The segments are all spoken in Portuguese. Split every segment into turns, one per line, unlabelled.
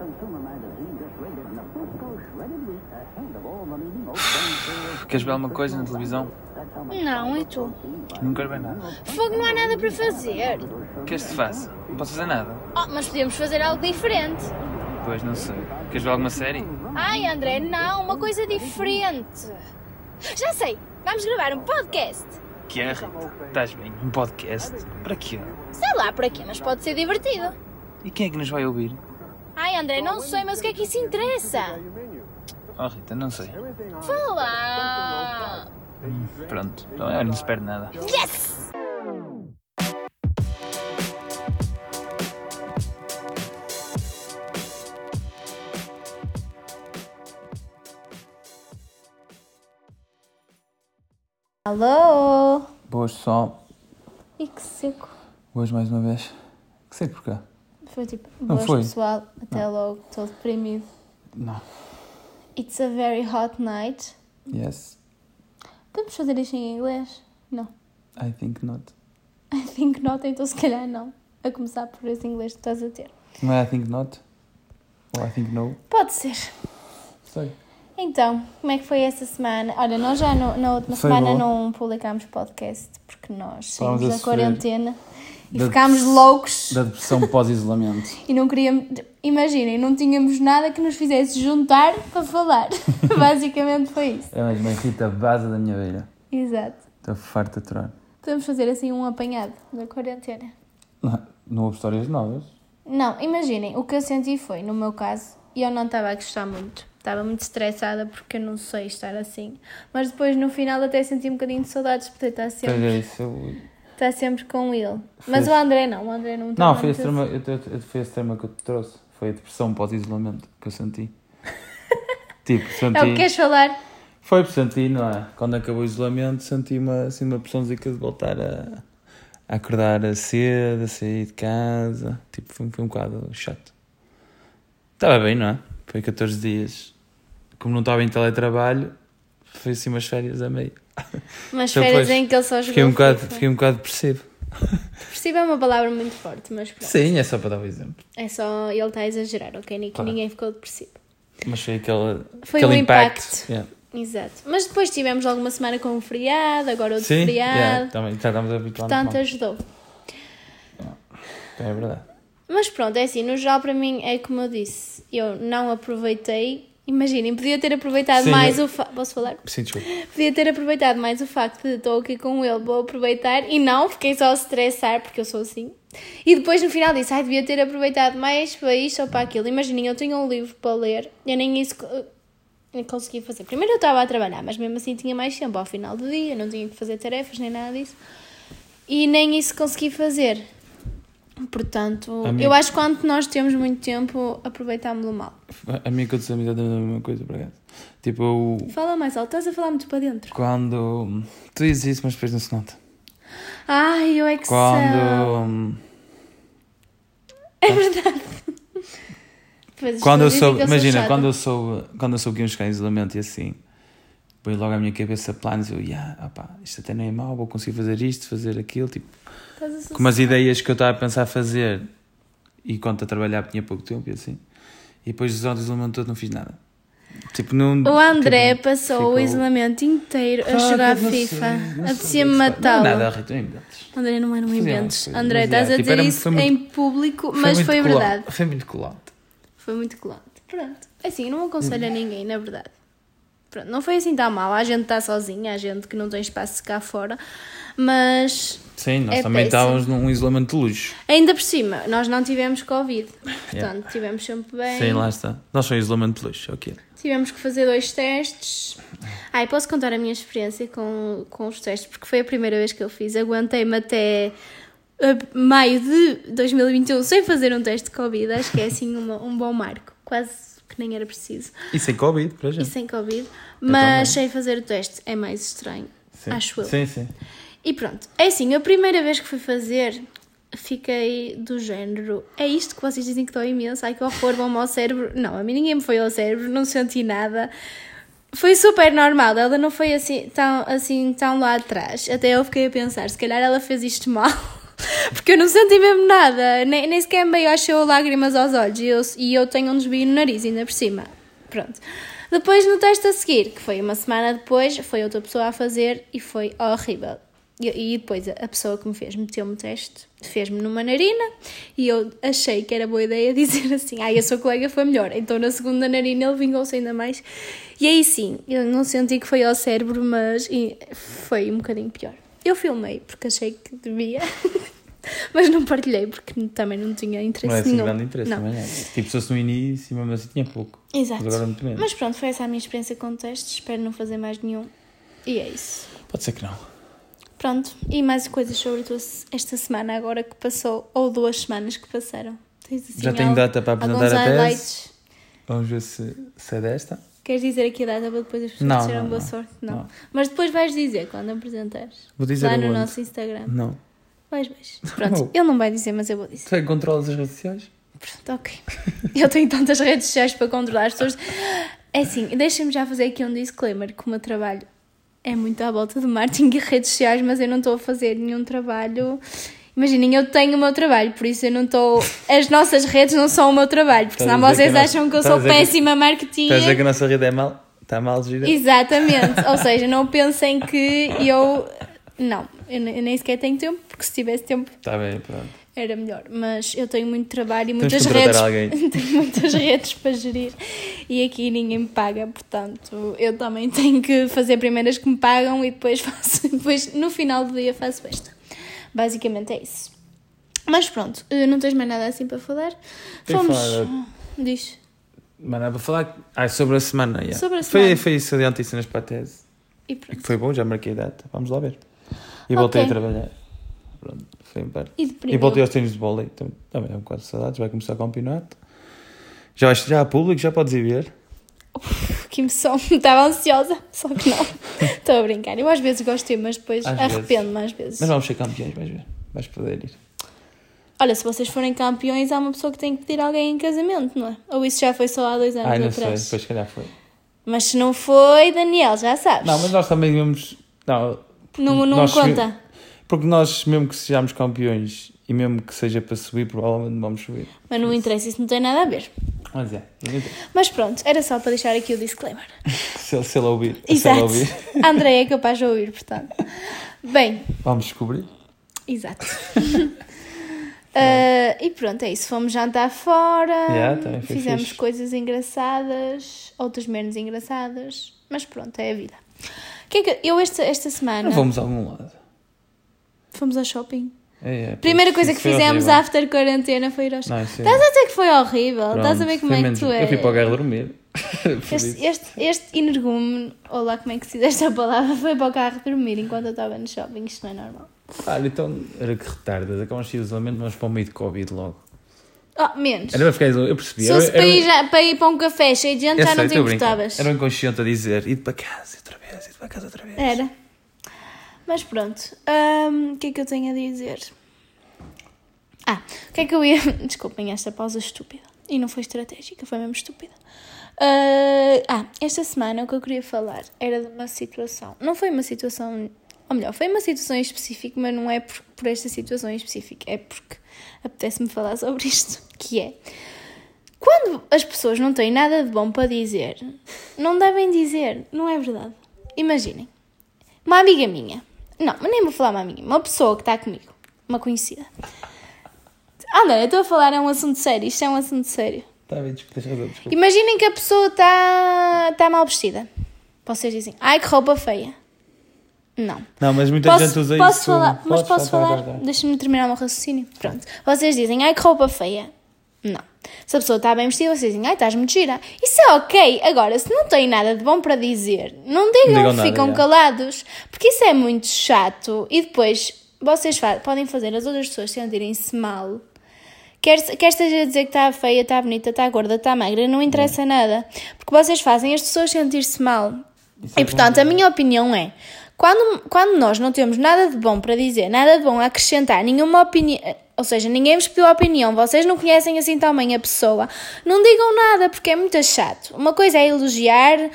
consumer magazine just rated Nabisco shredded wheat ahead of all the leading oat
Queres ver alguma coisa na televisão?
Não, e tu?
Não quero ver nada.
Fogo, não há nada para fazer.
Queres que te faça? Não posso fazer nada.
Oh, mas podemos fazer algo diferente.
Pois não sei. Queres ver alguma série?
Ai, André, não, uma coisa diferente. Já sei, vamos gravar um podcast.
Que é, Rita? Estás bem? Um podcast? Para quê?
Sei lá para quê, mas pode ser divertido.
E quem é que nos vai ouvir?
Ai, André, não sei, mas o que é que isso interessa?
Oh, Rita, não sei.
Fala!
Pronto. Então, olha, não se perde nada.
Yes!
Alô?
Boas, pessoal.
E que seco.
Boas mais uma vez. Que sei porquê.
Foi tipo,
Não
boas
foi?
pessoal, até logo, estou deprimido.
Não.
It's a very hot night.
Yes.
Podemos fazer isto em inglês? Não.
I think not.
I think not, então se calhar não. A começar por esse inglês que estás a ter.
Não é I think not? Ou I think no?
Pode ser.
Sei.
Então, como é que foi essa semana? Olha, nós já no- na última
Foi
semana
boa.
não publicámos podcast porque nós
Estávamos
saímos
a
da
sofrer.
quarentena e
Da-
ficámos loucos
Da depressão pós-isolamento.
e não queríamos. Imaginem, não tínhamos nada que nos fizesse juntar para falar. Basicamente foi isso.
É mesmo, a Rita vaza da minha beira.
Exato.
Estou farto de aturar.
Podemos fazer assim um apanhado da quarentena.
Não, não houve histórias novas.
Não, imaginem, o que eu senti foi, no meu caso, eu não estava a gostar muito. Estava muito estressada porque eu não sei estar assim. Mas depois, no final, até senti um bocadinho de saudades por estar
Pois
sempre,
é, isso. eu-
estar sempre com ele. Mas o André não, o André não
Não,
estava
foi esse,
muito...
tema, eu, eu, eu- foi esse tema que eu te trouxe. Foi a depressão pós-isolamento que eu senti. tipo, senti.
É o que queres falar?
Foi, porque senti, não é? Quando acabou o isolamento, senti uma, assim, uma pressãozica de voltar a, a acordar cedo, a sair de casa. Tipo, foi, foi um bocado chato. Estava bem, não é? Foi 14 dias. Como não estava em teletrabalho, foi assim umas férias a meio.
Mas
Então,
férias
pois,
em que ele só jogou
Fiquei um bocado,
FIFA.
fiquei um bocado depressivo.
Depressivo é uma palavra muito forte, mas pronto.
Sim, é só para dar o exemplo.
É só, ele está a exagerar, ok? Ni- que
Claro.
Ninguém ficou depressivo.
Mas foi aquele,
Foi
aquele
um
impacto.
impacto.
Yeah.
Exato. Mas depois tivemos alguma semana com um feriado, agora outro
Sim,
feriado.
yeah, também, já estamos habituados.
Portanto, ajudou.
É verdade.
Mas pronto, é assim, no geral para mim é como eu disse, eu não aproveitei. Imaginem, podia ter aproveitado
Sim,
mais
eu-
o facto. Posso falar?
Sim, desculpa.
Podia ter aproveitado mais o facto de estou aqui com ele, vou aproveitar. E não, fiquei só a estressar, porque eu sou assim. E depois no final disse, ai, devia ter aproveitado mais para isto ou para aquilo. Imaginem, eu tinha um livro para ler, eu nem isso co- eu consegui fazer. Primeiro eu estava a trabalhar, mas mesmo assim tinha mais tempo ao final do dia, não tinha que fazer tarefas nem nada disso. E nem isso consegui fazer. Portanto,
A mim-
eu acho que quando nós temos muito tempo, aproveitámo-lo mal.
A minha condição é a mesma coisa, por acaso. Tipo, eu,
Fala mais alto, estás a falar muito para dentro.
Quando. Tu dizes isso, mas depois não se nota.
Ai, eu é que sei.
Quando. hum,
É verdade. Pois,
Quando eu
as pessoas dizem
soube.
que eu sou
Imagina,
chata.
quando eu soube, quando eu soube que íamos ficar em isolamento e assim. Veio logo à minha cabeça planos. Eu, "Oh, yeah, opá, isto até nem é mau, vou conseguir fazer isto, fazer aquilo. Tipo,
Estás a
com umas ideias que eu estava a pensar fazer e quando a trabalhar tinha pouco tempo e assim. E depois dos horas do isolamento todo não fiz nada. Tipo, não.
O André
tipo,
passou o
ficou-
isolamento inteiro
Ah,
a jogar
não sei,
FIFA.
não
A
sei
descer-me
disso, pá. Não, é nada,
matá-lo.
Rita, não inventes.
André não eram
Fazia umas
inventos.
coisas,
André,
mas,
estás
é,
a
tipo,
dizer
era-
isso
foi muito-
em público, mas
muito
foi
colado,
verdade.
Foi muito colado.
Foi muito colante. Pronto. Assim, não
Hum.
aconselho a ninguém, na verdade. Pronto, não foi assim tão mal. Há gente que está sozinha, há gente que não tem espaço cá fora. Mas,
Sim, nós
É
também
péssimo.
estávamos num isolamento de luxo.
ainda por cima, nós não tivemos Covid. Portanto,
Yeah.
tivemos sempre bem.
Sim, lá está. Nós somos isolamento de luxo, ok.
Tivemos que fazer dois testes. Ai, posso contar a minha experiência com, com os testes, porque foi a primeira vez que eu fiz. Aguentei-me até uh, maio de 2021 sem fazer um teste de Covid. Acho que é assim uma- um bom marco. Quase que nem era preciso.
E sem Covid, para gente.
E sem Covid. Mas
também.
sem fazer o teste é mais estranho.
Sim.
Acho eu.
Sim, sim.
E pronto, é assim, a primeira vez que fui fazer, fiquei do género, é isto que vocês dizem que dói imenso, ai que horror, vão-me ao cérebro. Não, a mim ninguém me foi ao cérebro, não senti nada. Foi super normal, ela não foi assim tão, assim tão lá atrás. Até eu fiquei a pensar, se calhar ela fez isto mal. Porque eu não senti mesmo nada. Nem, nem sequer me achou lágrimas aos olhos. E eu, e eu tenho um desvio no nariz, ainda por cima. Pronto. Depois, no teste a seguir, que foi uma semana depois, foi outra pessoa a fazer e foi horrível. E, e depois, a pessoa que me fez meteu-me o teste, fez-me numa narina e eu achei que era boa ideia dizer assim: ai, a sua colega foi melhor. Então, na segunda narina, ele vingou-se ainda mais. E aí sim, eu não senti que foi ao cérebro, mas e- foi um bocadinho pior. Eu filmei porque achei que devia, mas não partilhei porque também não tinha interesse
Não é assim
nenhum.
grande interesse,
Não.
também é. Tipo, se fosse no início, mesmo assim tinha pouco.
Exato.
Mas agora é muito menos.
Mas pronto, foi essa a minha experiência com testes. Espero não fazer mais nenhum. E é isso.
Pode ser que não.
Pronto. E mais coisas sobre a tua se- esta semana agora que passou, ou duas semanas que passaram. Tens assim
Já tenho data para
alguns
apresentar a tese?
highlights?
Vamos ver se, se é desta.
Queres dizer aqui a data para depois as pessoas
Não,
disseram
não,
boa
não.
sorte? Não.
Não.
Mas depois vais dizer quando apresentares.
Vou dizer
Lá no
aonde?
nosso Instagram.
Não.
Vais, vais. Pronto.
Não.
Ele não vai dizer, mas eu vou dizer.
Tu é que controlas as redes sociais?
Pronto, ok. Eu tenho tantas redes sociais para controlar as pessoas. É assim, deixem-me já fazer aqui um disclaimer que o meu trabalho é muito à volta de marketing e redes sociais, mas eu não estou a fazer nenhum trabalho. Imaginem, eu tenho o meu trabalho, por isso eu não estou. As nossas redes não são o meu trabalho, porque
Estás a
senão
dizer
vocês
que a
acham que eu
nossa-
sou
estás a dizer que-
péssima marketing.
Estás a dizer que a nossa rede é mal? Está mal gira?
Exatamente, ou seja, não pensem que eu. Não, eu ne- eu nem sequer tenho tempo, porque se tivesse tempo
Está Tá bem, pronto.
era melhor, mas eu tenho muito trabalho e
Temos que
muitas
contratar
redes.
alguém.
tenho muitas redes para gerir e aqui ninguém me paga, portanto eu também tenho que fazer primeiro as que me pagam e depois faço, depois no final do dia faço esta. Basicamente é isso. Mas pronto, eh, não tens mais nada assim para falar?
Tenho
Fomos. Ah,
falado.
Diz.
Mas não, para falar. Ah, sobre a semana. yeah.
Sobre a
foi,
semana.
Foi isso, adiantei cenas para a tese.
E
E que
pronto.
foi bom, já marquei a data. Vamos lá ver. E voltei
Ok.
a trabalhar. Pronto, foi um embora.
E
E
deprimiu.
voltei aos treinos de vôlei. Também, também é um bocado de saudades. Vai começar o campeonato. Já, acho que já há público, já podes ir ver.
Que emoção. Estava ansiosa, só que não. Estou a brincar. Eu às vezes gosto de ir, mas depois
Às vezes.
arrependo-me às vezes.
Mas vamos ser campeões, vais ver. Vais poder ir.
Olha, se vocês forem campeões, há uma pessoa que tem que pedir alguém em casamento, não é? Ou isso já foi só há dois anos
Ai, não sei.
atrás?
Depois, se calhar foi.
Mas se não foi, Daniel, já sabes.
Não, mas nós também vamos. Não, porque
Não, não
nós-
conta.
Porque nós, mesmo que sejamos campeões e mesmo que seja para subir, provavelmente não vamos subir.
Mas não interessa, isso não tem nada a ver.
Mas é, não interessa.
Mas pronto, era só para deixar aqui o disclaimer.
se ele, se ele ouvir, se ele
Exato.
É ouvir,
A André é capaz de ouvir, portanto. Bem,
vamos descobrir.
exato. Ah, e pronto, é isso. Fomos jantar fora,
Yeah, também foi
fizemos
fixe.
coisas engraçadas, outras menos engraçadas, mas pronto, é a vida. O Que é que eu esta, esta semana
Não vamos a algum lado.
fomos ao shopping.
É, é,
Primeira
pois,
coisa que
isso é
fizemos
horrível.
after quarentena foi ir ao shopping.
Não, isso é-
Estás a dizer que foi horrível? Estás a
Pronto,
ver como
foi
é que
menos-
tu és?
Eu fui para o carro dormir. Por isso.
Este, este, este energúmeno, ou lá como é que se diz esta palavra, foi para o carro dormir enquanto eu estava no shopping. Isto não é normal.
Ah, então era que retardas. Acabamos de isolamento, mas para o meio de Covid logo.
Oh, menos.
Era para ficar isolado. Eu percebi.
Se fosse
era,
para, ir,
era,
já- para ir para um café cheio de gente,
eu
já
sei,
não te
estou a brincar.
importavas.
Era um inconsciente a dizer: ir para casa outra vez, ir para casa outra vez.
Era. Mas pronto. hum, O que é que eu tenho a dizer? Ah, o que é que eu ia. Desculpem esta pausa estúpida. E não foi estratégica, foi mesmo estúpida. Ah, ah, esta semana o que eu queria falar era de uma situação. Não foi uma situação. Ou melhor, foi uma situação em específico, mas não é por, por esta situação em específico. É porque apetece-me falar sobre isto. Que é. Quando as pessoas não têm nada de bom para dizer, não devem dizer, não é verdade? Imaginem, uma amiga minha, não, mas nem vou falar uma amiga, uma pessoa que está comigo, uma conhecida. Ah, não, eu estou a falar, é um assunto sério, isto é um assunto sério.
Está Tá bem, desculpa, tens razão. Desculpa.
Imaginem que a pessoa está tá mal vestida. Vocês dizem, ai que roupa feia. Não.
Não, mas muita
Posso,
gente usa
posso
isso.
falar,
como-
mas
Podes,
posso
vai, vai,
falar?
vai.
Deixa-me terminar o meu raciocínio. Pronto. Vocês dizem, ai que roupa feia. Não. Se a pessoa está bem vestida, vocês dizem, ai estás muito gira. Isso é ok. Agora, se não têm nada de bom para dizer, não digam,
Não digam nada,
ficam
já.
calados. Porque isso é muito chato. E depois, vocês fa- podem fazer as outras pessoas sentirem-se mal. Quer, se- quer esteja a dizer que está feia, está bonita, está gorda, está magra, não interessa nada. Porque vocês fazem as pessoas sentir-se mal.
Isso é
E portanto, a minha opinião é: quando, quando nós não temos nada de bom para dizer, nada de bom a acrescentar, nenhuma opinião. Ou seja, ninguém vos pediu opinião, vocês não conhecem assim tão bem a pessoa, não digam nada porque é muito chato. Uma coisa é elogiar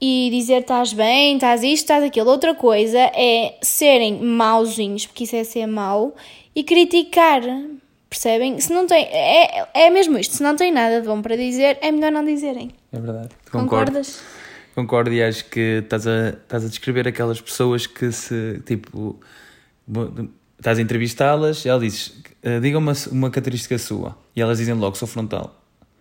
e dizer estás bem, estás isto, estás aquilo. Outra coisa é serem mauzinhos, porque isso é ser mau, e criticar. Percebem? Se não tem. É, é mesmo isto. Se não tem nada de bom para dizer, é melhor não dizerem.
É verdade. Concordo.
Concordas?
Concordo e acho que estás a, estás a descrever aquelas pessoas que se, tipo, bo- estás a entrevistá-las e ela diz, diga uma, uma característica sua. E elas dizem logo, sou frontal.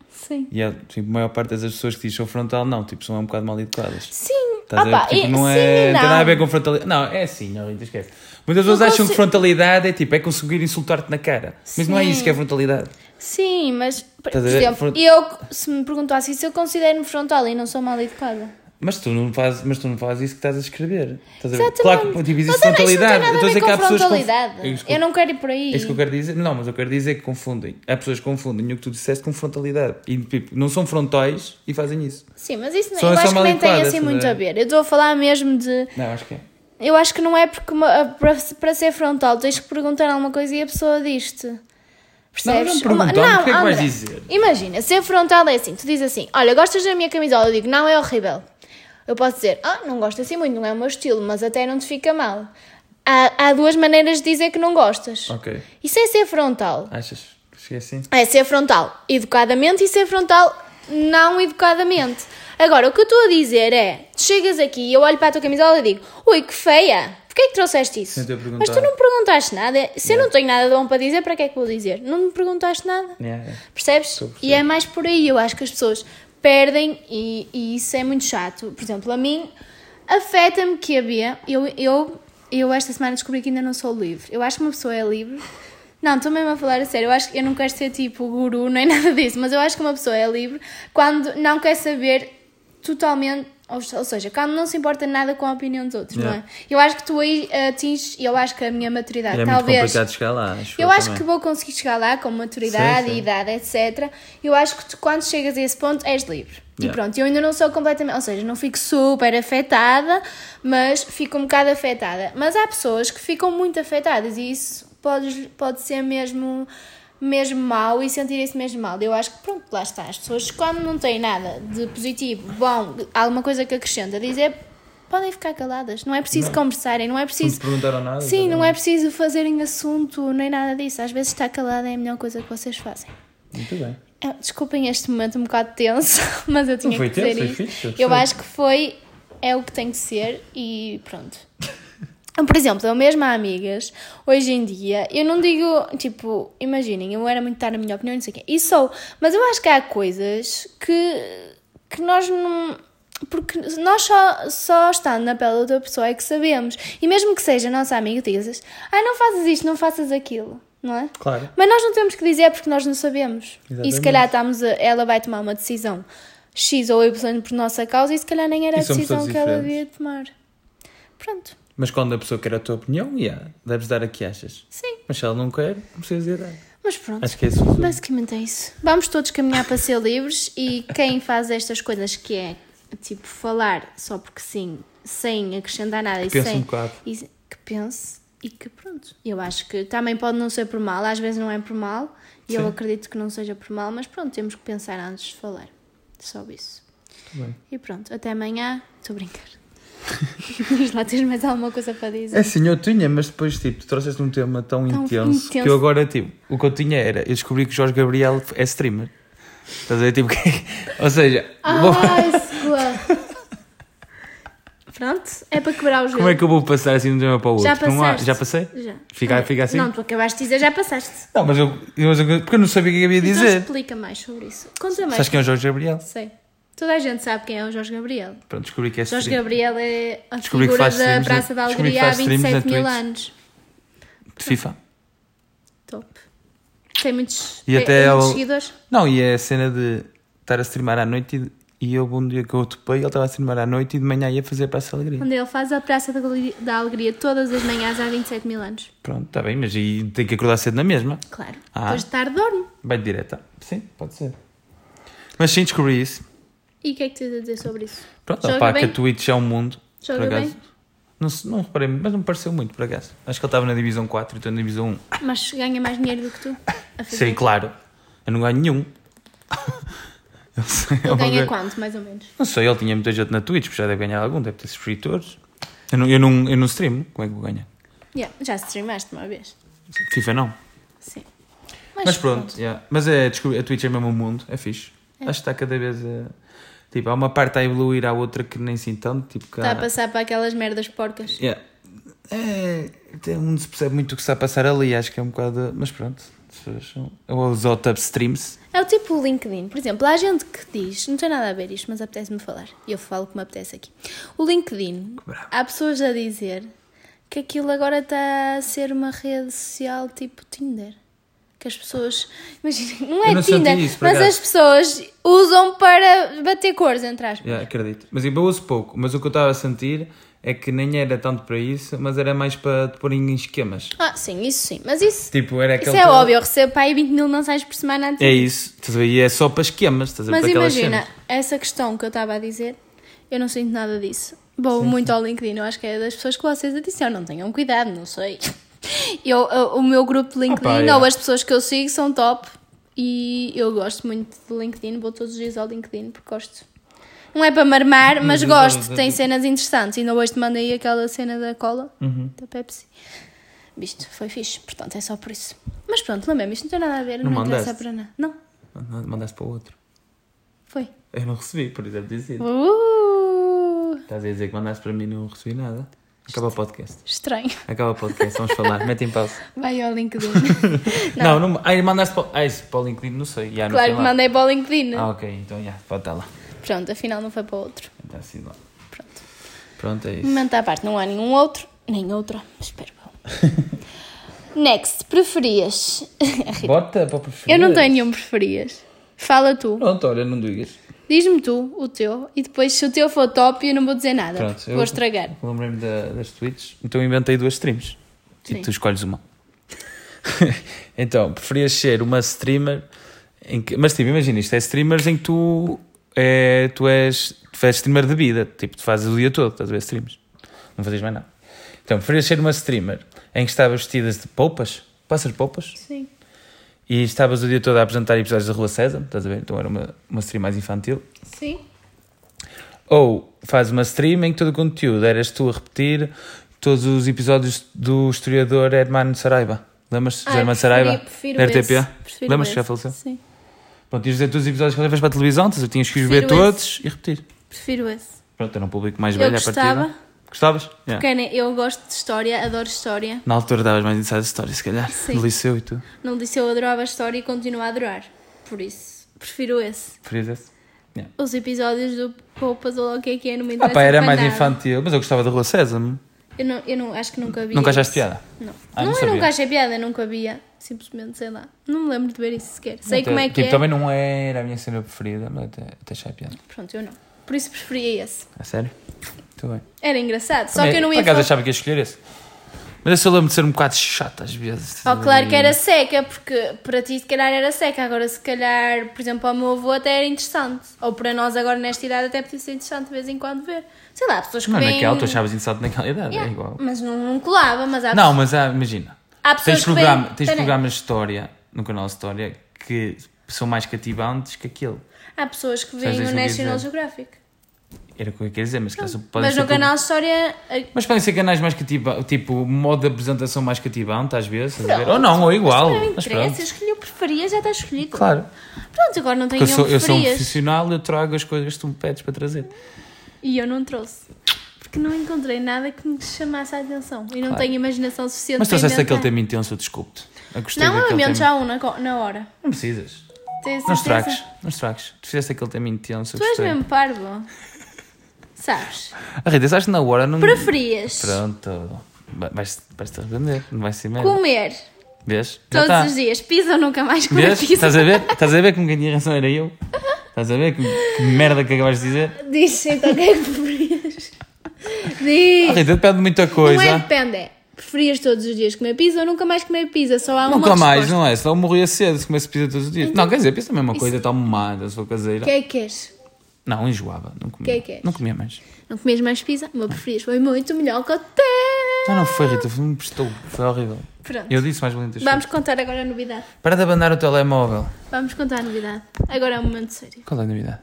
Sim.
E há, tipo, a maior parte das pessoas que diz sou frontal, não, tipo, são um bocado mal educadas.
Sim.
Estás a ver?
Opa,
Tipo,
e-
não
sim
é,
e
não tem
não.
nada a ver com frontalidade. Não, é assim, não, Rita, esquece. Muitas pessoas
Não
acham que
consigo-
frontalidade é tipo, é conseguir insultar-te na cara. Mas não é isso
Sim.
que é frontalidade.
Sim, mas. Por
Estás a ver?
exemplo,
Front-
eu, se me perguntassem se eu considero-me frontal e não sou mal educada.
Mas tu não fazes, mas tu não fazes isso que estás a escrever. Estás a ver?
Exatamente.
Claro que tipo, existe
Mas também Isso não
frontalidade.
tem nada
Eu estou a
a
dizer
ver
que há
com
pessoas que conf-
frontalidade.
É isso que
Eu não quero ir por aí.
É isso que eu quero dizer. Não, mas eu quero dizer é que confundem. Há pessoas que confundem o que tu disseste com frontalidade. E tipo, não são frontais e fazem isso.
Sim, mas isso
Só-
eu
só
acho que nem tem
mal-educada,
assim
essa
muito
daí.
a ver. Eu estou a falar mesmo de.
Não, acho que é.
Eu acho que não é porque uma- para, para ser frontal tens que perguntar alguma coisa e a pessoa diz-te. Percebes?
não
Uma-
perguntam, o que é que
André,
vais dizer?
Imagina, ser frontal é assim: tu dizes assim, olha, gostas da minha camisola? Eu digo, não, é horrível. Eu posso dizer, ah, não gosto assim muito, não é o meu estilo, mas até não te fica mal. Há, há duas maneiras de dizer que não gostas.
Ok.
Isso é ser frontal.
Achas? Cheguei assim?
É ser frontal educadamente e ser frontal não educadamente. Agora, o que eu estou a dizer é: tu chegas aqui e eu olho para a tua camisola e digo, ui, que feia, porquê é que trouxeste isso?
Sem ter perguntado.
Mas tu não me perguntaste nada. Se eu não tenho nada de bom para dizer, para que é que vou dizer? Não me perguntaste nada.
Yeah, é. yeah.
Percebes?
a perceber.
E é mais por aí. Eu acho que as pessoas perdem e, e isso é muito chato. Por exemplo, a mim afeta-me que a Bia. Eu, eu, eu esta semana descobri que ainda não sou livre. Eu acho que uma pessoa é livre. Não, estou mesmo a falar a sério. Eu acho que eu não quero ser tipo guru nem nada disso, mas eu acho que uma pessoa é livre quando não quer saber totalmente. Ou, ou seja, quando não se importa nada com a opinião dos outros,
Yeah.
não é? Eu acho que tu aí eh, atinges, eu acho que a minha maturidade,
Era É muito
talvez.
complicado chegar lá. Acho
Eu acho que
também.
vou conseguir chegar lá com maturidade,
Sim, sim.
idade, etc. Eu acho que tu, quando chegas a esse ponto és livre. E
Yeah.
pronto, eu ainda não sou completamente, ou seja, não fico super afetada, mas fico um bocado afetada. Mas há pessoas que ficam muito afetadas e isso pode, pode ser mesmo, mesmo mal e sentirem-se mesmo mal. Eu acho que pronto, lá está. As pessoas quando não têm nada de positivo, bom, alguma coisa que acrescenta a dizer, podem ficar caladas. Não é preciso conversarem, não é
Não
preciso
te perguntaram nada.
Sim,
tá
não
bem.
é preciso fazerem assunto nem nada disso. Às vezes estar calada é a melhor coisa que vocês fazem.
é Muito bem.
Eu- Ah, Desculpem este momento um bocado tenso, mas eu tinha
foi
que
tenso,
dizer
foi
isto.
fixe, eu
eu
gostei.
acho que foi, é o que tem que ser e pronto. Por exemplo, eu mesma há amigas, hoje em dia, eu não digo, tipo, imaginem, eu era muito dar a minha opinião, não sei o quê, e sou, mas eu acho que há coisas que, que nós não. Porque nós só, só estando na pele da outra pessoa é que sabemos. E mesmo que seja nossa amiga, dizes, ah, não faças isto, não faças aquilo, não é?
Claro.
Mas nós não temos que dizer é porque nós não sabemos. E se
Exatamente.
calhar estamos a- ela vai tomar uma decisão X ou Y por nossa causa e se calhar nem era
E
a
são
decisão que
pessoas
ela
diferentes.
devia tomar. Pronto,
Mas quando a pessoa quer a tua opinião, yeah, deves dar a que achas.
sim.
Mas se ela não quer, não precisas ir dar.
Mas pronto.
Acho que é isso. o resumo.
Basicamente é isso. Vamos todos caminhar para ser livres e quem faz estas coisas que é tipo falar só porque sim, sem acrescentar nada e
Pense
sem
um bocado.
e se- que pense e que pronto. Eu acho que também pode não ser por mal, às vezes não é por mal, e eu
Sim.
acredito que não seja por mal, mas pronto, temos que pensar antes de falar sobre isso.
Muito bem.
E pronto, até amanhã. Estou a brincar. Diz lá, tens mais alguma coisa para dizer?
É sim, eu tinha, mas depois tipo, tu trouxeste um tema tão, intenso,
intenso.
que eu agora tipo, o que eu tinha era, eu descobri que o Jorge Gabriel é streamer. Estás a ver? Tipo, que- ou seja, vou-
Ai, sua. Pronto, é para quebrar o gelo.
como é que eu vou passar assim de um tema para o outro?
Já
Não há-
passaste?
já passei?
Já.
Fica, fica assim?
Não,
Não,
tu acabaste de dizer, já passaste.
mas eu, mas eu- porque eu não sabia o que eu ia
Então
dizer.
explica mais sobre isso. Conta mais.
Sabes quem é o Jorge Gabriel?
Sei. Toda a gente sabe quem é o Jorge Gabriel.
Pronto, descobri que é
Jorge
streamer.
Gabriel é a
Descobri
figura
que
da
faz streams na-
Praça da
descobri que
Alegria há
faz streams na
27 mil
Twitch.
anos.
de FIFA.
Top. Tem muitos,
E
tem-
até
tem
ao-
muitos seguidores.
Não, e é a cena de estar a streamar à noite e, e eu, um dia que eu topei, ele estava a streamar à noite e de manhã ia fazer para essa alegria.
Onde ele faz a Praça da Alegria- da Alegria todas as manhãs há 27 mil anos.
Pronto, está bem, mas e tem que acordar cedo na mesma.
Claro.
Ah.
Depois de tarde dorme.
Vai de direta. Sim, pode ser. Mas sim, descobri isso.
E o que é que tens a dizer sobre isso?
Pronto,
Joga
opá, que
bem?
a Twitch é um mundo.
Joga
por acaso.
bem?
Não, se- não reparei, mas não me pareceu muito, por acaso. Acho que ele estava na Divisão 4 e estou na Divisão 1.
Mas ganha mais dinheiro do que tu? A fazer.
Sei, claro. Eu não ganho nenhum. Eu sei, é
Ele
uma
ganha
coisa-
quanto, mais ou menos?
Não sei, ele tinha muita gente na Twitch, porque já deve ganhar algum, deve ter subscritores. Eu não, eu, não, eu não streamo, como é que vou ganhar?
Yeah, já streamaste uma vez.
FIFA não.
Sim.
Mas pronto, yeah. mas é, descobri- a Twitch é mesmo o mundo, é fixe. Acho que está cada vez a. Tipo, há uma parte a evoluir, há outra que nem sinto tanto. Tipo, que
Está
há-
Tá a passar para aquelas merdas porcas.
Yeah. É, tem- não se percebe muito o que está a passar ali, acho que é um bocado. Mas pronto, pessoas são- ou os hot streams.
É o tipo o LinkedIn. Por exemplo, há gente que diz, não tem nada a ver isto, mas apetece-me falar. E eu falo o que me apetece aqui. O LinkedIn,
bravo.
há pessoas a dizer que aquilo agora está a ser uma rede social tipo Tinder. Que as pessoas. Imagina, não é
Eu não senti
Tinder,
isso, por
mas
acaso.
as pessoas usam para bater cores, entre aspas.
Yeah, acredito. Mas eu uso pouco, mas o que eu estava a sentir é que nem era tanto para isso, mas era mais para te pôr em esquemas.
Ah, sim, isso sim. Mas isso,
Tipo, era
isso
aquele.
é
tal-
óbvio, eu recebo para aí 20 mil mensagens por semana antes.
É isso, estás a ver? E é só para esquemas, estás a ver?
Mas
Para aquelas
imagina,
cenas.
essa questão que eu estava a dizer, eu não sinto nada disso. Vou muito ao LinkedIn, eu acho que é das pessoas que vocês adicionam, não tenham cuidado, não sei. Eu, eu- o meu grupo de LinkedIn,
Opa, é. yeah.
ou as pessoas que eu sigo, são top. E eu gosto muito de LinkedIn, vou todos os dias ao LinkedIn porque gosto. Não é para marmar, mas,
eu
gosto,
gosto.
tem cenas interessantes. Ainda hoje te mandei aquela cena da cola,
Uhum.
da Pepsi. Visto, foi fixe, portanto é só por isso. Mas pronto, lembrei-me, isto não tem nada a ver, não,
Não
interessa
mandaste?
para nada. Não,
Manda- Mandaste para o outro.
foi.
Eu não recebi, por exemplo, disse isso.
Uh!
Estás a dizer que mandaste para mim e não recebi nada. Acaba o podcast.
Estranho.
Acaba o podcast, vamos falar. Mete em pausa.
Vai ao LinkedIn.
Não, não. Ai, mandaste para, ai, isso, para o LinkedIn, não sei. Já, não
claro
sei
que
lá.
mandei para o LinkedIn.
Ah, ok, então já, pode estar lá.
Pronto, afinal não foi para outro.
Então, assim, lá.
Pronto.
Pronto, é isso.
Momento à parte, não há nenhum outro, nem outra. Espero eu. Next, preferias.
Bota para preferir.
Eu não tenho nenhum preferias. Fala tu.
Pronto, olha, não digas.
Diz-me tu o teu e depois se o teu for top eu não vou dizer nada.
Pronto,
porque
eu-
Vou estragar.
Lembrei-me da- das tweets. Então inventei duas streams.
Sim.
E tu escolhes uma. então, preferias ser uma streamer em que. Mas tipo, imagina, isto é streamers em que tu, é, tu, és, tu és streamer de vida. Tipo, tu fazes o dia todo, estás a ver streams. Não fazes mais nada. Então, preferias ser uma streamer em que estavas vestidas de poupas, passas poupas,
Sim.
e estavas o dia todo a apresentar episódios da Rua César, estás a ver? Então era uma, uma stream mais infantil.
Sim.
Ou faz uma stream em que todo o conteúdo eras tu a repetir todos os episódios do historiador Hermano Saraiva. Lembras-te de
Ai,
Hermano
preferi-
Saraiva?
prefiro
da
esse.
RTP?
Prefiro
Lembras que
esse.
já faleceu?
Sim.
Pronto, ias dizer todos os episódios que ele fez para a televisão, tu tinhas que os ver
Prefiro
todos e repetir.
Prefiro esse.
Pronto, era um público mais
Eu
velho à
gostava.
partida. Gostavas? Yeah.
Porque é, eu gosto de história, adoro história.
Na altura davas mais inside story, se calhar.
Sim.
No liceu e tu.
Não disse eu adorava a história e continuo a adorar. Por isso, prefiro esse.
Preferias esse? Yeah.
Os episódios do Poupas ou lá o que é que é, não me
Ah
interessa.
pá, era
para
mais
nada.
infantil, mas eu gostava da Rua Sésamo.
Eu, não, eu não, acho que nunca vi.
Nunca achaste
isso.
piada?
Não.
Ah,
não,
não
eu nunca
sabia.
achei piada, nunca via. Simplesmente, sei lá. Não me lembro de ver isso sequer. Sei
Até-
como é que
tipo,
é.
também não era a minha cena preferida, mas até, até achei a piada.
Pronto, eu não. Por isso preferia esse.
A sério? Muito bem.
Era engraçado, só
Também,
que eu não ia.
Por acaso
falar-
achava que ia escolher esse. Mas eu só lembro de ser um bocado chato às vezes.
Oh, claro que
hum.
era seca, porque para ti se calhar era seca, agora se calhar, por exemplo, ao meu avô até era interessante. Ou para nós agora nesta idade até podia ser interessante de vez em quando ver. Sei lá, pessoas que
Não,
vêm...
naquela tu achavas insulto naquela idade,
Yeah,
é igual.
Mas não, não colava, mas há
Não, mas ah, imagina.
Há pessoas
Tens,
que
programa,
vêm-
tens
Pera.
programas de história no canal de História que são mais cativantes que aquele.
Há pessoas que
Sabes,
veem
isso
o
não quer
National
dizer.
Geographic.
Era o que eu queria dizer, mas, que são- podem
Mas
ser
no
públicos.
canal História. eh,
Mas podem ser canais mais cativantes, tipo, modo de apresentação mais cativante às vezes, estás a ver?
pronto,
ou não, ou igual.
Mas para mim
Mas
interessa, eu
pronto.
escolhi o preferia, já está escolhido.
Claro,
Pronto, agora não tenho
porque
nenhum
eu sou, eu sou um
preferias.
profissional, eu trago as coisas que tu me pedes para trazer.
E eu não trouxe. Porque não encontrei nada que me chamasse a atenção. E não tenho imaginação suficiente
Mas
para
trouxeste
inventar.
aquele tema intenso, eu desculpo-te. Eu gostei
é? Não, eu
daquele
invento
tema.
já um na, co- na hora.
Não precisas.
Tenho
Não
certeza.
estragues, não estragues. Tu fizeste aquele tema intenso. eu
Tu és
gostei.
mesmo parvo. Sabes?
Ah, Rita, sabes que na hora não.
Preferias
Pronto. Vai- Vais, vais te arrepender, não vai ser mesmo.
comer
Vês? Já
todos
tá.
os dias pizza ou nunca mais comer
Vês?
pizza?
Estás a ver? Estás a ver como quem tinha razão era eu? Estás a ver que, que merda que acabaste de dizer?
Diz então o que é que preferias?
Ah,
Diz.
Rita, depende de muita
não é
coisa.
depende, é. Preferias todos os dias comer pizza ou nunca mais comer pizza? Só há uma
Nunca mais,
resposta.
não é? Senão eu morria cedo se comesse pizza todos os dias. não, quer dizer, pizza é a mesma coisa, está mamada, se for
O
caseira.
que é que queres?
Não, enjoava, não comia.
Que é que és?
Não comia mais.
Não comias mais pizza? O meu preferias foi muito melhor que o teu.
Então Não, não foi, Rita, foi- me prestou, foi horrível.
Pronto.
Eu disse mais bonitas
Vamos contar agora a novidade.
coisas. Para de abandonar o telemóvel.
Vamos contar a novidade. Agora é um momento sério.
Qual é a novidade?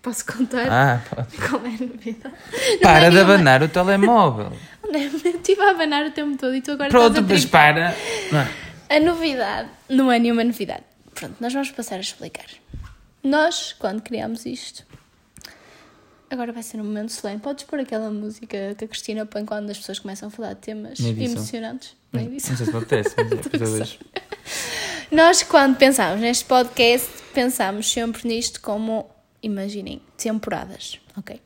Posso contar
Ah, pode.
qual é a novidade? Não é
Para de
nenhuma.
abanar o telemóvel.
Não, Eu estive a abanar o tempo todo e tu agora
Pronto,
estás a
mas
triplicar.
para. Não é?
A novidade não é nenhuma novidade. Pronto, nós vamos passar a explicar. Nós, quando criámos isto, agora vai ser um momento solene. Podes pôr aquela música que a Cristina põe quando as pessoas começam a falar de temas
Na edição.
emocionantes. Na
Não
edição.
sei se me apetece, mas é
Estou a
coisa
gozar.
hoje.
Nós, quando pensámos neste podcast, pensámos sempre nisto como, imaginem, temporadas, ok?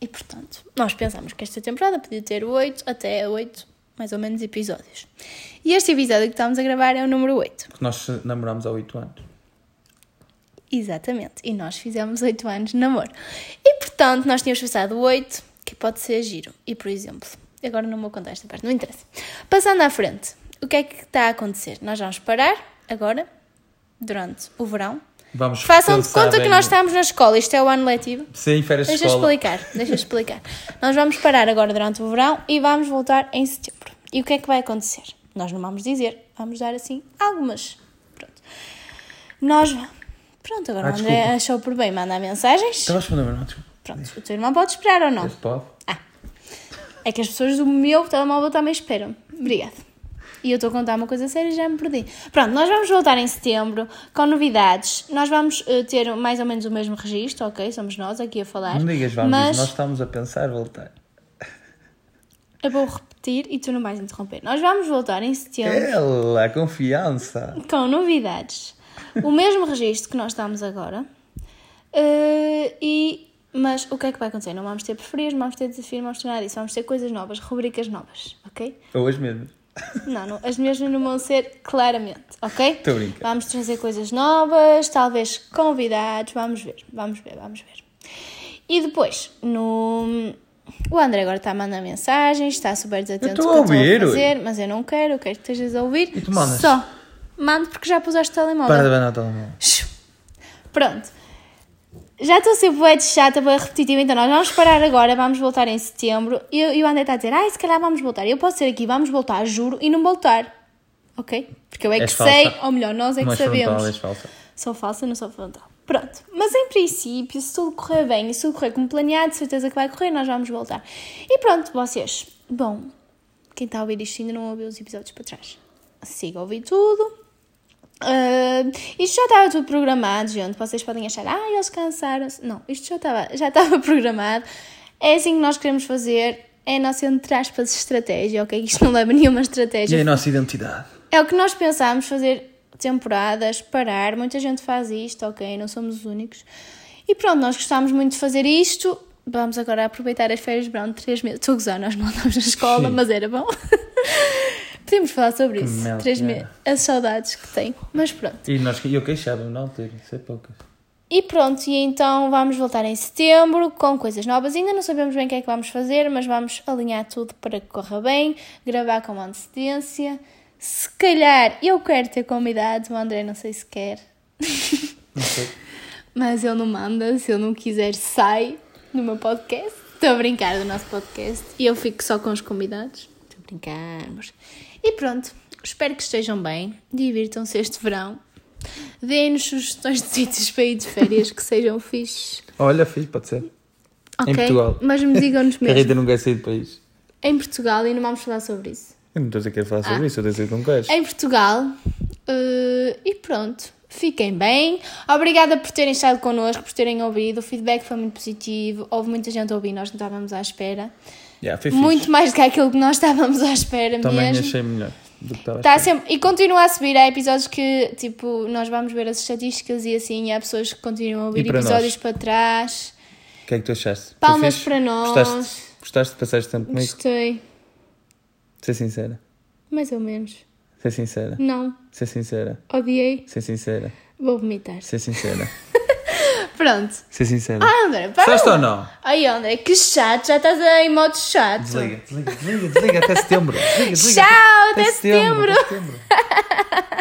E portanto, nós pensámos que esta temporada podia ter 8 até 8, mais ou menos, episódios. E este episódio que estamos a gravar é o número 8.
Porque nós namorámos há 8 anos.
Exatamente. E nós fizemos 8 anos de namoro. E portanto, nós tínhamos pensado 8, que pode ser giro. E por exemplo, agora não vou contar esta parte, não interessa. Passando à frente, o que é que está a acontecer? Nós vamos parar agora, durante o verão.
Vamos
Façam de
pensar
conta que
bem
nós
no-
estamos na escola, isto é o ano letivo.
Sem férias de
Deixa eu
escola.
explicar, deixa eu explicar. Nós vamos parar agora durante o verão e vamos voltar em setembro. E o que é que vai acontecer? Nós não vamos dizer, vamos dar assim algumas. Pronto. Nós vamos. Pronto, agora
Ah,
o André
desculpa.
achou por bem mandar mensagens.
Estavas falando, não, desculpa.
Pronto, o teu irmão pode esperar ou não?
Este pop.
É que as pessoas do meu telemóvel também esperam. Obrigada. E eu estou a contar uma coisa séria e já me perdi. Pronto, nós vamos voltar em setembro com novidades. Nós vamos eh, ter mais ou menos o mesmo registro, ok? Somos nós aqui a falar.
Não digas vamos,
mas
nós estamos a pensar voltar.
eu vou repetir e tu não vais interromper. Nós vamos voltar em setembro
Ela, a confiança.
com novidades. O mesmo registro que nós estamos agora. Eh, e, mas o que é que vai acontecer? Não vamos ter preferias, não vamos ter desafios, não vamos ter nada disso. Vamos ter coisas novas, rubricas novas, ok?
Hoje mesmo.
Não, não, as mesmas não vão ser claramente, ok?
Tô a brincar.
Vamos trazer coisas novas, talvez convidados, vamos ver, vamos ver, vamos ver. E depois, no... o André agora está a mandar mensagens, está super desatento
Eu
com
tô
o
a
que eu
ouvir,
estou a
ui.
fazer, mas eu não quero, eu quero que estejas a ouvir.
E tu mandas?
Só, mando porque já puseste o telemóvel.
Para de abanar o telemóvel.
Pronto. Já estou a ser bué de chata, bué repetitiva, então nós vamos parar agora, vamos voltar em setembro. E, e o André está a dizer, ai, se calhar vamos voltar. Eu posso ser aqui, vamos voltar, juro, e não voltar. Ok? Porque eu é
És
que
falsa.
sei, ou melhor, nós é que
Mas frontal, és
sabemos.
falsa.
Sou falsa, não sou frontal. Pronto. Mas em princípio, se tudo correr bem e se tudo correr como planeado, de certeza que vai correr, nós vamos voltar. E pronto, vocês. Bom, quem está a ouvir isto ainda não ouviu os episódios para trás. Siga a ouvir tudo. Ah, isto já estava tudo programado, gente. Vocês podem achar, ah, eles cansaram-se. Não, isto já estava, já estava programado. É assim que nós queremos fazer. É a nossa, entre aspas, estratégia, ok? Isto não leva a nenhuma
E
estratégia.
a nossa identidade?
É o que nós pensámos fazer temporadas, parar, muita gente faz isto, ok, não somos os únicos. E pronto, nós gostámos muito de fazer isto. Vamos agora aproveitar as férias de verão de 3 meses. Estou a gozar, nós não estávamos na escola,
Sim.
mas era bom. Podíamos falar sobre isso.
merda.
Três meses. As saudades que tenho. Mas pronto.
E nós, eu queixava-me na altura, isso é poucas.
E pronto, e então vamos voltar em setembro com coisas novas. Ainda não sabemos bem o que é que vamos fazer, mas vamos alinhar tudo para que corra bem, gravar com antecedência. Se calhar eu quero ter convidados, o André não sei se quer,
Não sei.
mas ele não manda. Se eu não quiser, sai do meu podcast. Estou a brincar do nosso podcast e eu fico só com os convidados. Estou a brincar. mas- E pronto, espero que estejam bem, divirtam-se este verão. Deem-nos sugestões de sítios para ir de férias que sejam fixes.
Olha, fiz, pode ser.
Ok,
Em Portugal.
mas me digam-nos
Que a Rita
mesmo.
não quer sair do país.
em Portugal, e não vamos falar sobre isso. Ah.
Eu não estou a dizer que quero falar sobre isso, eu estou a dizer que não queres.
Em Portugal, eh, e pronto. Fiquem bem. Obrigada por terem estado connosco, por terem ouvido. O feedback foi muito positivo. Houve muita gente a ouvir, nós não estávamos à espera.
Yeah, foi fixe.
Muito mais do que aquilo que nós estávamos à espera
Também
mesmo.
achei melhor do que estava a
Tá
esperar.
sempre, e continua a subir. Há episódios que, tipo, nós vamos ver as estatísticas e assim, e há pessoas que continuam a ouvir
para nós?
episódios para trás.
O que é que tu achaste? Foi
Palmas
fixe?
para nós.
Gostaste, gostaste de passar este tempo comigo?
Gostei.
Ser sincera.
Mais ou menos.
Ser sincera.
Não.
Ser sincera.
Odiei.
Ser sincera.
Vou vomitar.
Ser sincera.
Pronto.
Ser sincera.
Ah, André, para.
Gostaste
lá.
ou não?
Ai, André, que chato. Já estás em modo chato.
Desliga, desliga, desliga, desliga até setembro. Desliga, desliga.
Tchau, até é setembro.
até setembro.